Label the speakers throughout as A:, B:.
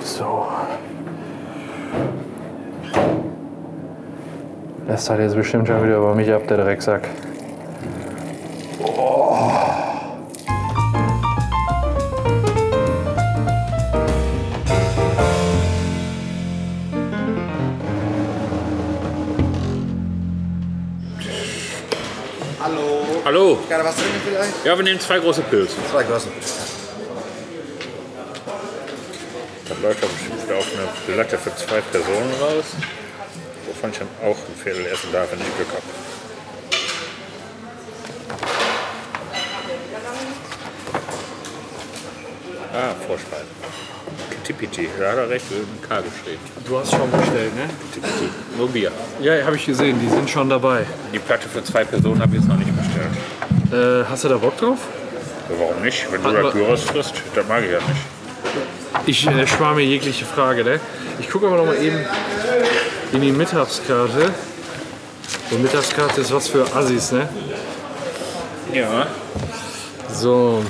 A: So. Lässt halt jetzt bestimmt schon wieder über mich ab, der Drecksack.
B: Hallo.
C: Hallo.
B: Gerade was trinken vielleicht?
C: Ja, wir nehmen zwei große Pilze.
B: Zwei Größen.
C: Das läuft doch bestimmt wieder auf eine Platte für zwei Personen raus. Wovon ich dann auch ein Viertel essen darf, wenn ich Glück habe. Ah, Vorspeise. Tipiti, da hat er recht, wird mit K geschrieben.
A: Du hast schon bestellt, ne?
C: Tipiti, nur Bier.
A: Ja, habe ich gesehen, die sind schon dabei.
C: Die Platte für zwei Personen habe ich jetzt noch nicht bestellt.
A: Äh, hast du da Bock drauf?
C: Warum nicht? Wenn du
A: Aber-
C: da Gyros frisst, dann mag ich ja nicht.
A: Ich äh, spare mir jegliche Frage, ne? Ich gucke aber noch mal eben in die Mittagskarte. Die Mittagskarte ist was für Assis, ne?
C: Ja.
A: So,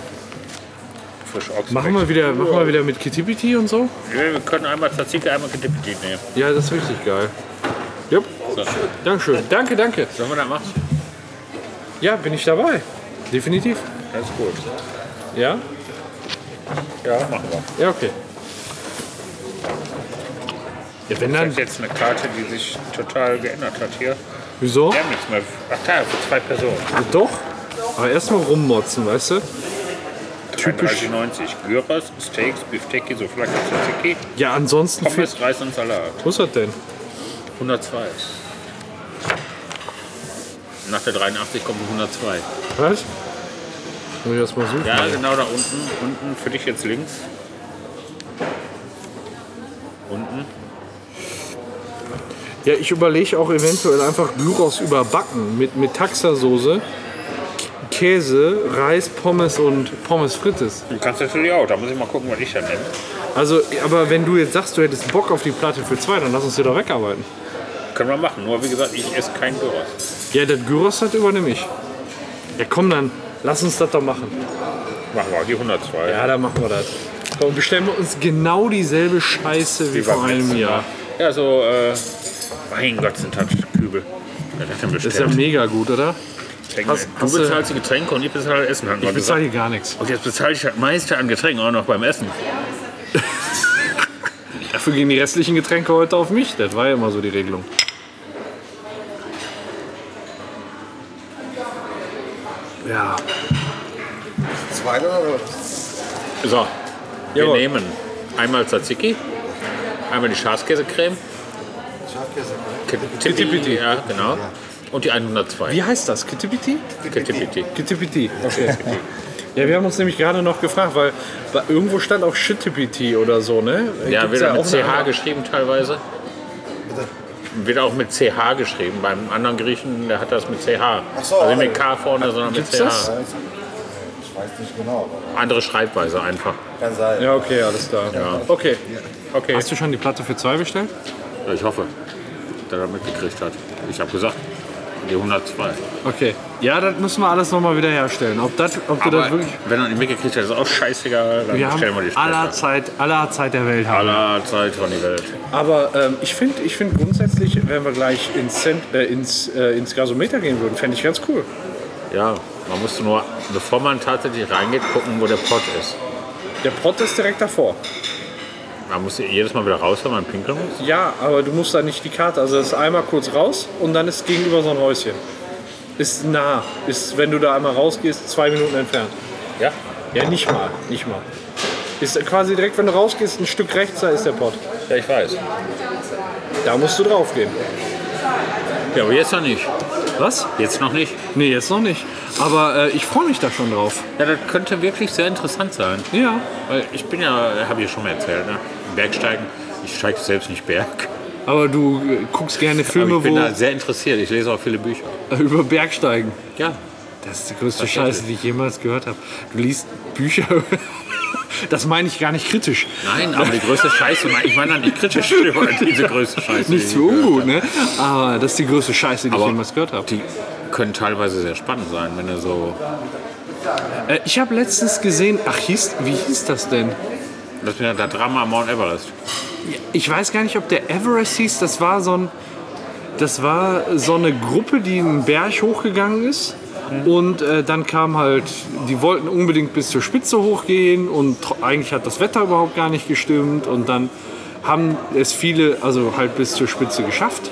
C: Frisch Ochs.
A: machen wir wieder, machen wir wieder mit Kitipiti und so?
C: Ja, wir können einmal Tzatziki, einmal Tipiti nehmen.
A: Ja, das ist richtig geil. Jupp,
C: So.
A: Dankeschön. Danke, danke.
C: Sollen wir das machen?
A: Ja, bin ich dabei. Definitiv.
C: Alles gut.
A: Ja?
C: Ja, machen wir.
A: Ja, okay. Ja, wenn
C: Das
A: dann.
C: ist jetzt eine Karte, die sich total geändert hat hier.
A: Wieso?
C: Wir haben nichts mehr. Ach da, für zwei Personen.
A: Doch. Aber erstmal rummotzen, weißt du? Typisch.
C: 93. Gyros, Steaks, Beefsteak, so Flagge, Tzatziki,
A: Ja, ansonsten fehlt.
C: Pommes, Reis und Salat.
A: Wo ist das denn?
C: 102. Nach der 83 kommt die 102.
A: Was? Muss ich das mal suchen?
C: Ja, genau da unten. Unten für dich jetzt links. Unten.
A: Ja, ich überlege auch eventuell einfach Gyros überbacken mit, mit Taxasoße, Käse, Reis, Pommes und Pommes Frites.
C: Du kannst natürlich auch. Da muss ich mal gucken, was ich da nehme.
A: Also, aber wenn du jetzt sagst, du hättest Bock auf die Platte für zwei, dann lass uns die doch wegarbeiten.
C: Können wir machen. Nur wie gesagt, ich esse kein Gyros.
A: Ja, das Gyros hat übernehme ich. Ja, komm dann, lass uns das doch machen.
C: Machen wir die 102.
A: Ja, dann machen wir das. Komm, bestellen wir uns genau dieselbe Scheiße wie,
C: Wie
A: vor
C: beim letzten
A: einem Jahr.
C: Ja, so, äh, mein Gott, sind das Kübel. Ja, das haben wir
A: Das ist ja
C: bestellt.
A: mega gut, oder?
C: Getränke.
A: hast- hast
C: du
A: du-
C: bezahlst die Getränke und ich bezahle das Essen, haben wir
A: Ich bezahle
C: gesagt.
A: hier gar nichts.
C: Und jetzt bezahle ich das meiste an Getränken auch noch beim Essen.
A: Dafür gehen die restlichen Getränke heute auf mich. Das war ja immer so die Regelung. Ja.
B: Zwei oder
C: So, wir
A: Jawohl.
C: nehmen einmal Tzatziki, einmal die Schafskäsecreme,
B: Schafkäse.
C: Kittipiti, ja, genau, und die 102.
A: Wie heißt das? Kittipiti?
C: Kittipiti.
A: Kittipiti. Okay. ja, wir haben uns nämlich gerade noch gefragt, weil bei- irgendwo stand auch Shittipiti oder so, ne?
C: Ja,
A: Gibt's
C: wird auch mit
A: auch eine
C: CH
A: andere-
C: geschrieben teilweise. Wird auch mit CH geschrieben. Beim anderen Griechen, der hat das mit CH.
B: so,
C: also nicht
B: also-
C: mit K vorne, sondern mit
A: äh, Gibt's
C: CH.
A: das?
B: Ich weiß nicht genau, aber
C: Andere Schreibweise einfach.
B: kann sein.
A: Ja, okay, alles klar.
C: Ja.
A: Okay.
C: Okay.
A: Hast du schon die Platte für zwei bestellt?
C: Ich hoffe, dass er mitgekriegt hat. Ich habe gesagt, die 102.
A: Okay. Ja, das müssen wir alles nochmal wieder herstellen. Ob, das, ob du das
C: Aber
A: wirklich.
C: wenn er nicht mitgekriegt hat, ist auch scheißegal. Dann
A: Wir haben
C: stellen wir die
A: aller
C: Sprecher.
A: Zeit, aller Zeit der Welt haben.
C: Aller Zeit von die Welt.
A: Aber ähm, ich finde ich find grundsätzlich, wenn wir gleich ins, Cent, äh, ins, äh, ins Gasometer gehen würden, fände ich ganz cool.
C: Ja, man muss nur, bevor man tatsächlich reingeht, gucken, wo der Pott ist.
A: Der Pott ist direkt davor.
C: Man muss jedes Mal wieder raus, wenn man pinkeln muss.
A: Ja, aber du musst da nicht die Karte. Also das ist einmal kurz raus und dann ist gegenüber so ein Häuschen. Ist nah. Ist, wenn du da einmal rausgehst, zwei Minuten entfernt.
C: Ja.
A: Ja, nicht mal. Nicht mal. Ist quasi direkt, wenn du rausgehst, ein Stück rechts, da ist der Pott.
C: Ja, ich weiß.
A: Da musst du drauf gehen.
C: Ja, aber jetzt noch nicht.
A: Was?
C: Jetzt noch nicht.
A: Nee, jetzt noch nicht. Aber äh, ich freue mich da schon drauf.
C: Ja, das könnte wirklich sehr interessant sein.
A: Ja.
C: Weil ich bin ja, habe ich ja schon mal erzählt, ne? Bergsteigen. Ich steige selbst nicht Berg.
A: Aber du äh, guckst gerne
C: Aber
A: Filme,
C: ich bin da
A: wo
C: sehr interessiert. Ich lese auch viele Bücher.
A: über Bergsteigen.
C: Ja,
A: Das ist die größte
C: Tatsächlich.
A: Scheiße, die ich jemals gehört habe. Du liest Bücher. Das meine ich gar nicht kritisch.
C: Nein, aber die größte Scheiße, ich meine dann nicht kritisch, aber diese größte Scheiße.
A: Nichts
C: die
A: für ungut, ne? Aber das ist die größte Scheiße, die ich
C: Aber-
A: jemals gehört habe.
C: Die können teilweise sehr spannend sein, wenn du so
A: Äh, ich habe letztens gesehen, ach, hieß, wie hieß das denn?
C: Das wäre der Drama am Mount Everest.
A: Ich weiß gar nicht, ob der Everest hieß. Das war so, ein, das war so eine Gruppe, die einen Berg hochgegangen ist. Und äh, dann kam halt, die wollten unbedingt bis zur Spitze hochgehen und tro- eigentlich hat das Wetter überhaupt gar nicht gestimmt. Und dann haben es viele, also halt bis zur Spitze geschafft.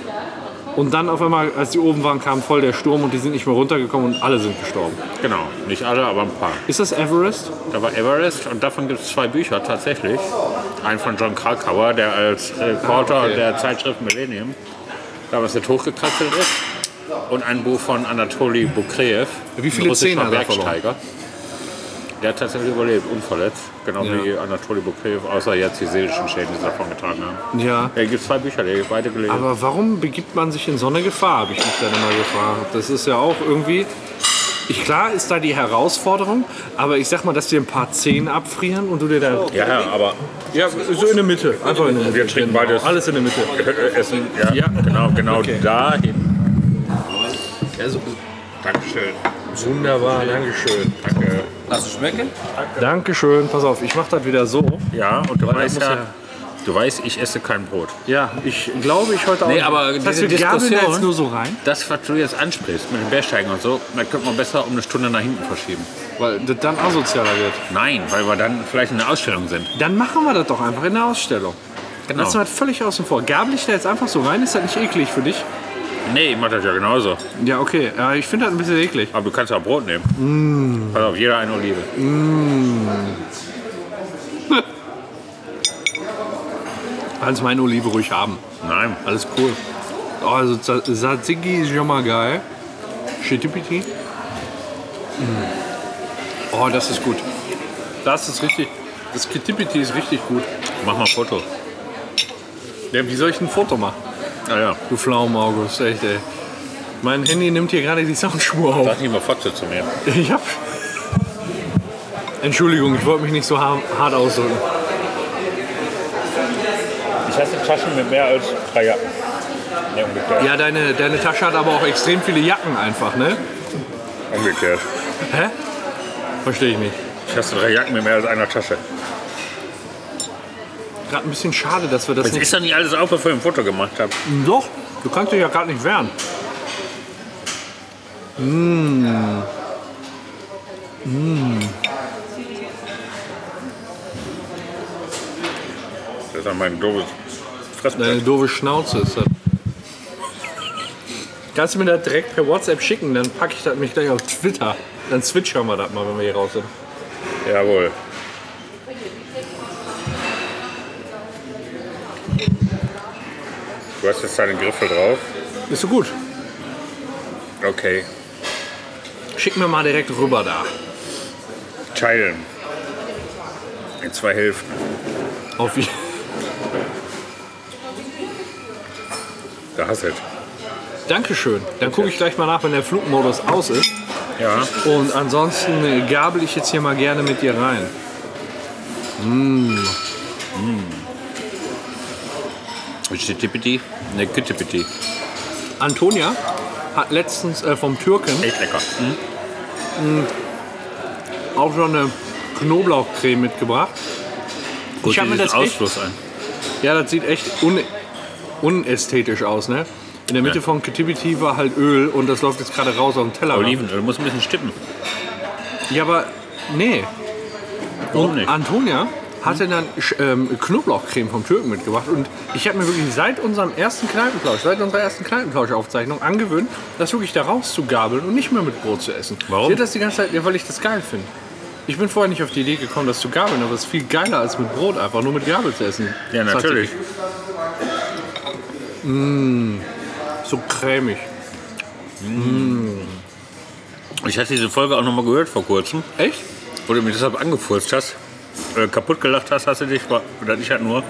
A: Und dann auf einmal, als die oben waren, kam voll der Sturm und die sind nicht mehr runtergekommen und alle sind gestorben.
C: Genau, nicht alle, aber ein paar.
A: Ist das Everest?
C: Da war Everest und davon gibt es zwei Bücher tatsächlich. Ein von John Krakauer, der als Reporter
B: Ah, okay.
C: der Zeitschrift Millennium damals nicht hochgekratzelt ist. Und ein Buch von Anatoli Bukreev,
A: Wie
C: ein
A: viele
C: russischer
A: Zähne hat er verloren?
C: Bergsteiger. Der hat tatsächlich überlebt, unverletzt. Genau
A: Ja.
C: wie Anatoli Bukreev, außer jetzt die seelischen Schäden, die sie davon getragen haben.
A: Ja.
C: Da gibt es zwei Bücher, die habe ich beide gelesen.
A: Aber warum begibt man sich in so eine Gefahr, habe ich mich dann immer gefragt. Das ist ja auch irgendwie. Ich, klar ist da die Herausforderung, aber ich sag mal, dass dir ein paar Zehen abfrieren und du dir da.
C: ja, ja, aber
A: Ja, so in der Mitte. Einfach in der Mitte.
C: Wir trinken beides.
A: Alles in der Mitte.
C: äh, Essen, ja,
A: Ja.
C: genau, genau dahin.
D: Also,
C: Dankeschön.
A: Wunderbar, Dankeschön.
C: Danke.
D: lass es schmecken.
A: Dankeschön, pass auf, ich mache das wieder so.
C: Ja, und du
A: Weil er
C: weißt
A: muss
C: ja,
A: ja-
C: du weißt, ich esse kein Brot.
A: Ja, ich glaube, ich heute auch.
D: Nee, aber
A: das heißt,
D: diese
A: wir gabeln da
D: Diskussion-
A: jetzt nur so rein.
C: Das, was du jetzt ansprichst mit dem Bärsteigen und so, da könnte man besser um eine Stunde nach hinten verschieben.
A: Weil das dann asozialer wird.
C: Nein, weil wir dann vielleicht in der Ausstellung sind.
A: Dann machen wir das doch einfach in der Ausstellung.
C: Genau.
A: Lassen wir das völlig außen vor. Gabel ich da jetzt einfach so rein? Ist das nicht eklig für dich?
C: Nee, ich mach das ja genauso.
A: Ja, okay. Ja, ich finde das ein bisschen eklig.
C: Aber du kannst auch Brot nehmen.
A: Mm.
C: Pass auf, jeder eine Olive.
A: Kannst meine Olive ruhig haben.
C: Nein,
A: Alles cool. Oh, Also Za- Tzatziki ist schon mal geil. Chitipiti. Mm. Oh, das ist gut. Das ist richtig. Das Chitipiti ist richtig gut.
C: mach mal ein Foto.
A: Ja, wie soll ich ein Foto machen?
C: Naja,
A: Du Pflaumen, August, echt ey. Mein Handy nimmt hier gerade die Soundspur auf.
C: sag nicht mal Fotze zu mir.
A: Ich hab... Entschuldigung, ich wollte mich nicht so har- hart ausdrücken.
C: Ich hasse Taschen mit mehr als drei Jacken. Nee, umgekehrt.
A: Ja, deine, deine Tasche hat aber auch extrem viele Jacken einfach, ne?
C: Umgekehrt.
A: Hä? Verstehe ich nicht.
C: Ich hasse drei Jacken mit mehr als einer Tasche.
A: Gerade ein bisschen schade, dass wir das
C: Das
A: nicht.
C: ist doch nicht alles auf, bevor ich ein Foto gemacht habe.
A: Doch, du kannst dich ja gerade nicht wehren.
C: Das ist doch mein doofes
A: Deine
C: Fressbrett.
A: doofe Schnauze ist das. Kannst du mir das direkt per WhatsApp schicken, dann packe ich das mich gleich auf Twitter. Dann switchern wir das mal, wenn wir hier raus sind.
C: Jawohl. Du hast jetzt deine Griffel drauf.
A: Ist so gut.
C: Okay.
A: Schick mir mal direkt rüber da.
C: Teilen. In zwei Hälften.
A: Auf wie?
C: Da hast du es.
A: Dankeschön. Dann gucke ich gleich mal nach, wenn der Flugmodus aus ist.
C: Ja.
A: Und ansonsten äh, gabel ich jetzt hier mal gerne mit dir rein.
C: Chittipiti. Ne, Kittipiti.
A: Antonia hat letztens äh, vom Türken
C: Echt lecker.
A: auch schon eine Knoblauchcreme mitgebracht.
C: Gut,
A: Ich hab mir
C: diesen
A: das echt-
C: Ausfluss ein.
A: Ja, das sieht echt un unästhetisch aus, ne? In der Mitte
C: Ja.
A: von Kitibiti war halt Öl und das läuft jetzt gerade raus auf den Teller.
C: Olivenöl. Muss ein bisschen stippen.
A: Ja, aber nee.
C: Warum nicht?
A: Antonia hatte dann Sch- ähm, Knoblauchcreme vom Türken mitgebracht und ich habe mir wirklich seit unserem ersten Kneipenplausch, seit unserer ersten Kneipenplausch-Aufzeichnung angewöhnt, das wirklich da rauszugabeln und nicht mehr mit Brot zu essen.
C: Warum?
A: Ich hätte das die ganze Zeit, ja, weil ich das geil finde. Ich bin vorher nicht auf die Idee gekommen, das zu gabeln, aber es ist viel geiler als mit Brot einfach nur mit Gabel zu essen.
C: Ja,
A: Das hat sich-
C: natürlich.
A: Mm, So cremig.
C: Ich hatte diese Folge auch nochmal gehört vor kurzem.
A: Echt?
C: Wo du mich deshalb angefurzt hast, äh, kaputt gelacht hast, hast du dich, war- oder ich halt nur,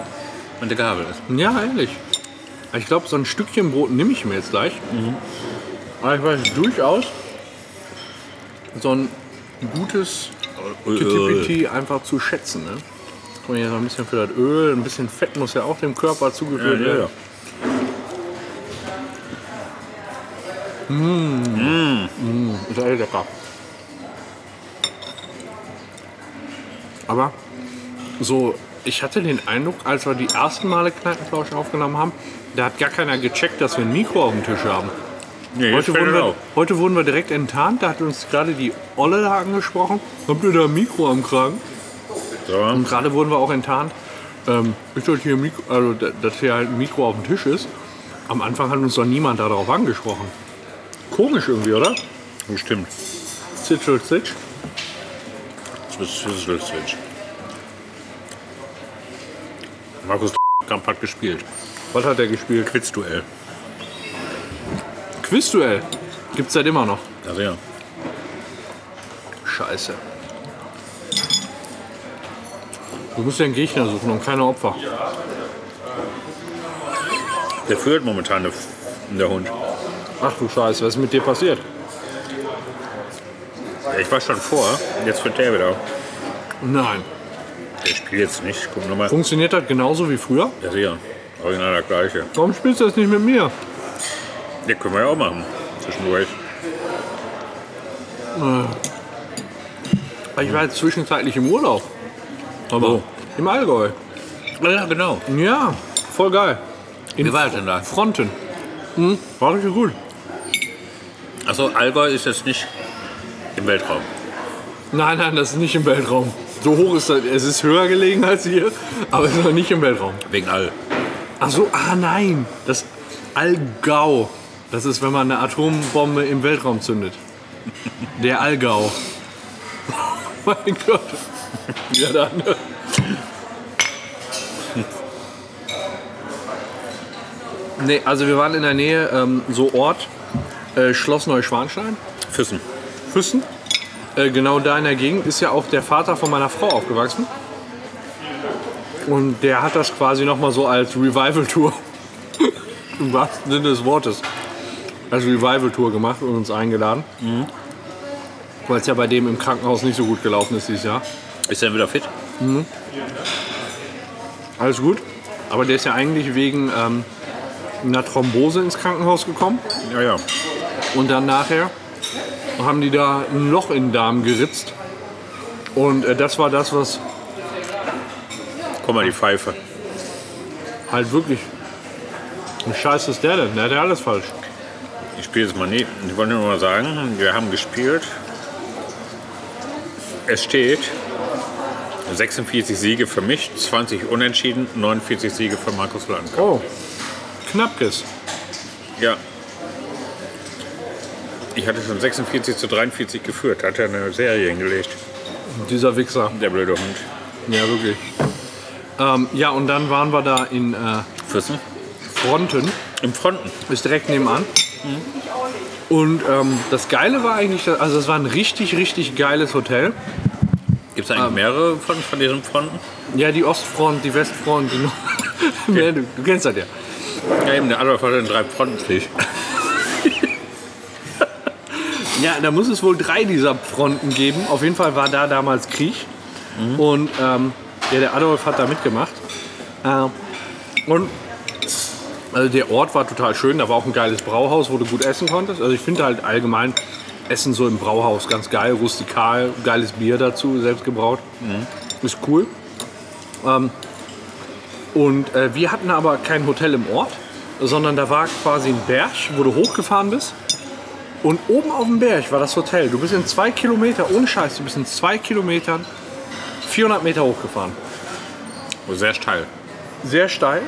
C: wenn der Gabel ist.
A: Ja, ehrlich. Ich glaube, so ein Stückchen Brot nehme ich mir jetzt gleich. Aber ich weiß durchaus, so ein gutes Titipiti einfach zu schätzen. Ne? Und hier so ein bisschen für das Öl, ein bisschen Fett muss ja auch dem Körper zugeführt
C: Ja, ja,
A: werden.
C: ja.
A: Ist echt lecker. Aber so ich hatte den Eindruck, als wir die ersten Male Kneipenplausch aufgenommen haben, da hat gar keiner gecheckt, dass wir ein Mikro auf dem Tisch haben.
C: Nee, jetzt
A: Heute
C: fällt
A: wurden,
C: er
A: wir,
C: auf.
A: heute wurden wir direkt enttarnt, da hat uns gerade die Olle da angesprochen. Habt ihr da ein Mikro am Kragen?
C: So,
A: Und gerade wurden wir auch enttarnt. Ähm, ist das hier ein Mikro, also, da- dass hier halt ein Mikro auf dem Tisch ist. Am Anfang hat uns doch niemand darauf angesprochen. Komisch irgendwie, oder?
C: bestimmt.
A: Zitschel, zitsch.
C: Zwischenzwitsch. Markus Kamp hat gespielt.
A: Was hat er gespielt?
C: Quizduell.
A: Quizduell. Gibt's das immer noch.
C: Also ja.
A: Scheiße. Du musst ja einen Gegner suchen und keine Opfer.
C: Der führt momentan der, der Hund.
A: Ach du Scheiße, was ist mit dir passiert?
C: Ich war schon vor, jetzt führt der wieder.
A: Nein.
C: Der spielt jetzt nicht. Guck nochmal.
A: Funktioniert das genauso wie früher?
C: Ja, sicher. Original der gleiche.
A: Warum spielst du das nicht mit mir?
C: Den können wir ja auch machen. Zwischendurch.
A: Ich war jetzt zwischenzeitlich im Urlaub. Aber
C: Wo?
A: im Allgäu.
C: Ja, genau.
A: Ja, voll geil. In
C: Wie war das denn da?
A: Fronten. Hm? War richtig gut.
C: Achso, Also Allgäu ist jetzt nicht im Weltraum.
A: Nein, nein, das ist nicht im Weltraum. So hoch ist das. Es ist höher gelegen als hier, aber es ist noch nicht im Weltraum.
C: Wegen All.
A: Ach so, ah nein. Das Allgäu. Das ist, wenn man eine Atombombe im Weltraum zündet. Der Allgäu. mein Gott. Wieder dann. Nee, also wir waren in der Nähe, ähm, so Ort, äh, Schloss Neuschwanstein,
C: Füssen.
A: Füssen. Äh, genau da in der Gegend ist ja auch der Vater von meiner Frau aufgewachsen. Und der hat das quasi nochmal so als Revival-Tour, im wahrsten Sinne des Wortes, als Revival-Tour gemacht und uns eingeladen. Weil es ja bei dem im Krankenhaus nicht so gut gelaufen ist dieses Jahr.
C: Ist er wieder fit?
A: Alles gut. Aber der ist ja eigentlich wegen ähm, einer Thrombose ins Krankenhaus gekommen.
C: Ja, ja.
A: Und dann nachher haben die da ein Loch in den Darm geritzt. Und äh, das war das, was
C: Komm mal, die Pfeife.
A: halt wirklich. Wie scheiße ist der denn? Der hat ja alles falsch.
C: Ich spiele jetzt mal nie. Ich wollte nur mal sagen, wir haben gespielt. Es steht 46 Siege für mich, 20 Unentschieden, 49 Siege für Markus Lanka.
A: Oh. Knappkes.
C: Ja. Ich hatte schon 46 zu 43 geführt, hat er eine Serie hingelegt,
A: Dieser Wichser.
C: der blöde Hund.
A: Ja, wirklich. Ähm, ja, und dann waren wir da in äh,
C: Füssen?
A: Fronten.
C: Im Fronten.
A: Ist direkt nebenan. Und ähm, das Geile war eigentlich, also es war ein richtig, richtig geiles Hotel.
C: Gibt es eigentlich mehrere von, von diesen Fronten?
A: Ja, die Ostfront, die Westfront, die Nord ja, du, du kennst das ja.
C: Ja, eben, der Adolf hatte einen drei Frontenkrieg.
A: Ja, da muss es wohl drei dieser Fronten geben. Auf jeden Fall war da damals Krieg. Und ähm, ja, der Adolf hat da mitgemacht. Ähm, und also der Ort war total schön. Da war auch ein geiles Brauhaus, wo du gut essen konntest. Also ich finde halt allgemein Essen so im Brauhaus ganz geil, rustikal, geiles Bier dazu, selbst gebraut. Ist cool. Ähm, Und äh, wir hatten aber kein Hotel im Ort, sondern da war quasi ein Berg, wo du hochgefahren bist. Und oben auf dem Berg war das Hotel. Du bist in zwei Kilometer, ohne Scheiß, du bist in zwei Kilometern 400 Meter hochgefahren.
C: Sehr steil.
A: Sehr steil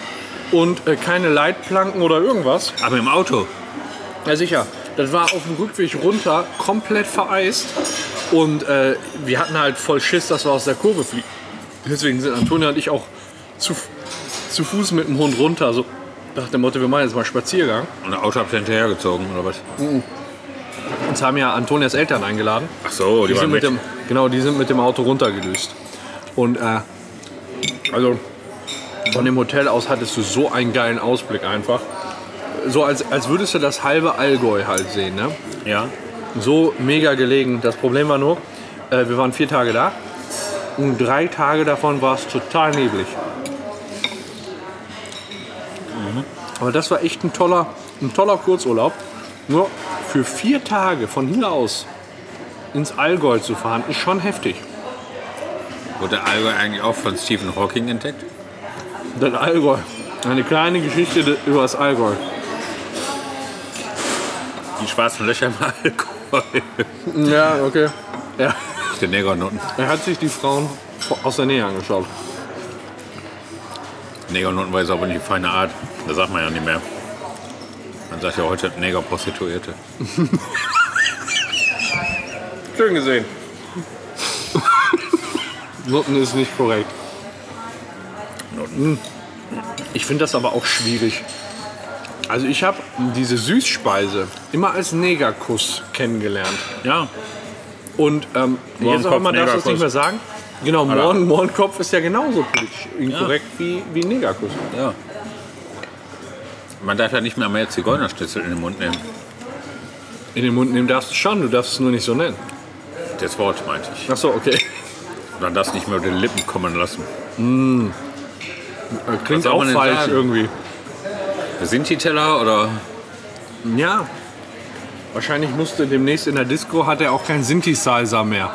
A: und äh, keine Leitplanken oder irgendwas.
C: Aber im Auto.
A: Ja, sicher. Das war auf dem Rückweg runter komplett vereist. Und äh, wir hatten halt voll Schiss, dass wir aus der Kurve fliegen. Deswegen sind Antonia und ich auch zu, zu Fuß mit dem Hund runter. So nach dem Motto, wir machen jetzt mal Spaziergang.
C: Und das Auto habt ihr hinterhergezogen, oder was?
A: Uns haben ja Antonias Eltern eingeladen.
C: Ach so, Oh, die,
A: Die
C: waren
A: sind mit
C: mit.
A: dem, genau, die sind mit dem Auto runtergedüst. Und äh, also von dem Hotel aus hattest du so einen geilen Ausblick einfach. So als, als würdest du das halbe Allgäu halt sehen. Ne?
C: Ja.
A: So mega gelegen. Das Problem war nur, äh, wir waren vier Tage da und drei Tage davon war es total neblig.
C: Mhm.
A: Aber das war echt ein toller, ein toller Kurzurlaub. Nur für vier Tage von hier aus ins Allgäu zu fahren, ist schon heftig.
C: Wo Wurde Allgäu eigentlich auch von Stephen Hawking entdeckt?
A: Das Allgäu. Eine kleine Geschichte de- über das Allgäu.
C: Die schwarzen Löcher im Allgäu.
A: Ja, okay. Ja.
C: Die Negernoten.
A: Er hat sich die Frauen aus der Nähe angeschaut.
C: Negernoten war jetzt aber nicht die feine Art. Das sagt man ja nicht mehr. Man sagt ja heute Negerprostituierte.
A: Schön gesehen. Nutten ist nicht korrekt. Nutten. Ich finde das aber auch schwierig. Also ich habe diese Süßspeise immer als Negerkuss kennengelernt.
C: Ja,
A: Und ähm, jetzt auch
C: Mohrenkopf,
A: immer darfst du das nicht
C: Negerkuss.
A: mehr sagen. Genau, Morn, Mohrenkopf ist ja genauso politisch inkorrekt wie, wie Negerkuss.
C: ja. Man darf ja nicht mehr mehr Zigeunerschnitzel in den Mund nehmen.
A: In den Mund nehmen darfst du schon, du darfst es nur nicht so nennen.
C: Das Wort meinte ich.
A: Ach so, okay.
C: Man darf es nicht mehr über den Lippen kommen lassen.
A: Klingt
C: soll
A: auch
C: man denn
A: falsch
C: sagen?
A: irgendwie.
C: Sind die Teller oder
A: Ja. Wahrscheinlich musste demnächst in der Disco hat er auch keinen Synthesizer mehr.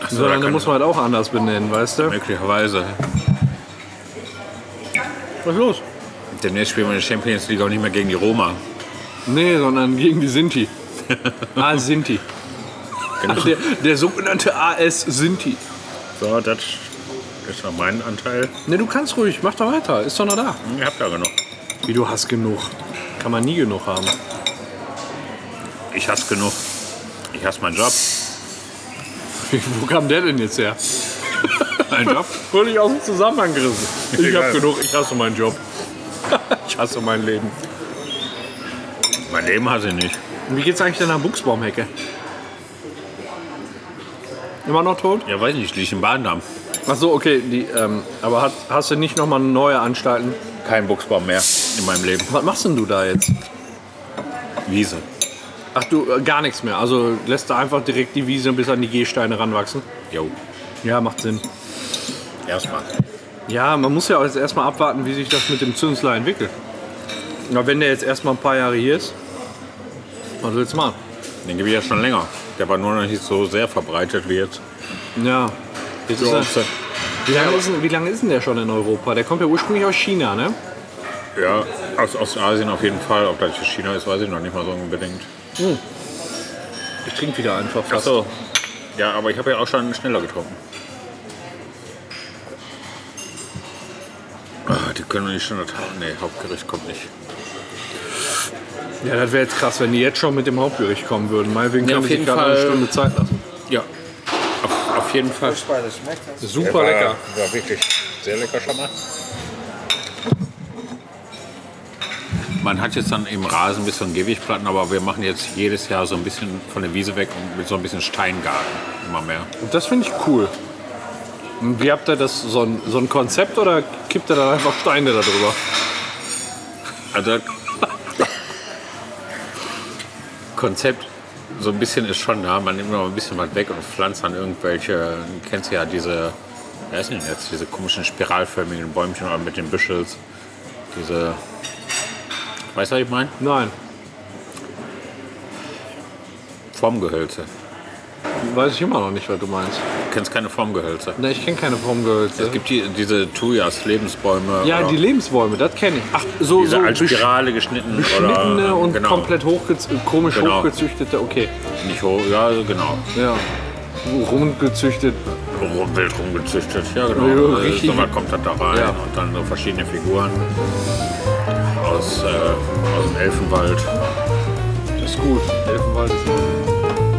C: da
A: Sondern
C: kann-
A: den muss man halt auch anders benennen, weißt du?
C: möglicherweise?
A: Was ist los?
C: Demnächst spielen wir in der Champions League auch nicht mehr gegen die Roma.
A: Nee, sondern gegen die Sinti. Ah, Sinti. Ach, der, der sogenannte AS Sinti.
E: So, das ist noch mein Anteil.
A: Ne, du kannst ruhig, mach doch weiter, ist doch noch da.
E: Ich hab da genug.
A: Wie du hast genug. Kann man nie genug haben.
E: Ich hasse genug. Ich hasse meinen Job.
A: Wo kam der denn jetzt her?
C: Ein Job?
A: Wurde ich aus dem Zusammenhang gerissen. Ich
E: Egal.
A: hab genug, ich hasse meinen Job. ich hasse mein Leben.
C: mein Leben hat sie nicht.
A: Wie geht's eigentlich deiner Buchsbaumhecke? Immer noch tot?
C: Ja, weiß nicht, liegt im Bahndamm.
A: Ach so, okay. Die, ähm, aber hat, hast du nicht noch mal eine neue Anstalten?
C: Kein Buchsbaum mehr in meinem Leben.
A: Was machst denn du da jetzt?
C: Wiese.
A: Ach du, äh, gar nichts mehr. Also lässt du einfach direkt die Wiese bis an die Gehsteine ranwachsen?
C: Jo,
A: Ja, macht Sinn.
C: erstmal.
A: Ja, man muss ja auch jetzt erstmal abwarten, wie sich das mit dem Zünsler entwickelt. Aber wenn der jetzt erstmal ein paar Jahre hier ist, was willst du machen?
C: Den gebe ich ja schon länger. Der war nur noch nicht so sehr verbreitet wie jetzt.
A: Ja. Jetzt ist er, wie, lange ist, denn- wie lange ist denn der schon in Europa? Der kommt ja ursprünglich aus China, ne?
C: Ja, aus Ostasien auf jeden Fall. Ob das jetzt China ist, weiß ich noch nicht mal so unbedingt.
A: Ich trinke wieder einfach.
C: Ach so. Ja, aber ich habe ja auch schon schneller getrunken. Ah, die können doch nicht schon das Nee, Hauptgericht kommt nicht.
A: Ja, das wäre jetzt krass, wenn die jetzt schon mit dem Hauptgericht kommen würden. Meinetwegen
C: Ja,
A: können
C: auf
A: wir sich
C: jeden
A: gerade eine
C: Fall.
A: Stunde Zeit lassen.
C: Ja. Auf, auf jeden Fall.
B: Speise schmeckt das?
A: Super
E: Der
A: lecker.
E: War, war wirklich sehr lecker schon mal.
C: Man hat jetzt dann im Rasen ein bisschen Gewichtplatten, aber wir machen jetzt jedes Jahr so ein bisschen von der Wiese weg und mit so ein bisschen Steingarten. Immer mehr.
A: Und das finde ich cool. Und Wie habt ihr das, so ein, so ein Konzept oder kippt ihr dann einfach Steine darüber?
C: Also. Konzept, so ein bisschen ist schon da. Man nimmt noch ein bisschen was weg und pflanzt dann irgendwelche. Du kennst ja diese. Wer ist denn jetzt? Diese komischen spiralförmigen Bäumchen oder mit den Büschels. Diese. Weißt du, was ich meine?
A: Nein,
C: Formgehölze.
A: weiß ich immer noch nicht, was du meinst.
C: Du kennst keine Formgehölze.
A: Ne, ich kenne keine Formgehölze.
C: Es gibt die, diese Tuyas, Lebensbäume.
A: Ja,
C: oder
A: die Lebensbäume, das kenne ich. Ach, so,
C: diese
A: so
C: als Spirale geschnitten.
A: beschnittene
C: oder,
A: und
C: genau,
A: komplett hochgez komisch
C: Genau.
A: hochgezüchtete, okay.
C: Nicht hoch, ja, genau.
A: Ja. Rundgezüchtet.
C: Rum- Wild rumgezüchtet, ja
A: Ja,
C: genau. Ja,
A: richtig.
C: so was kommt das da rein
A: Ja.
C: und dann so verschiedene Figuren aus, äh, aus dem Elfenwald.
A: Ist gut. Elfenwald ist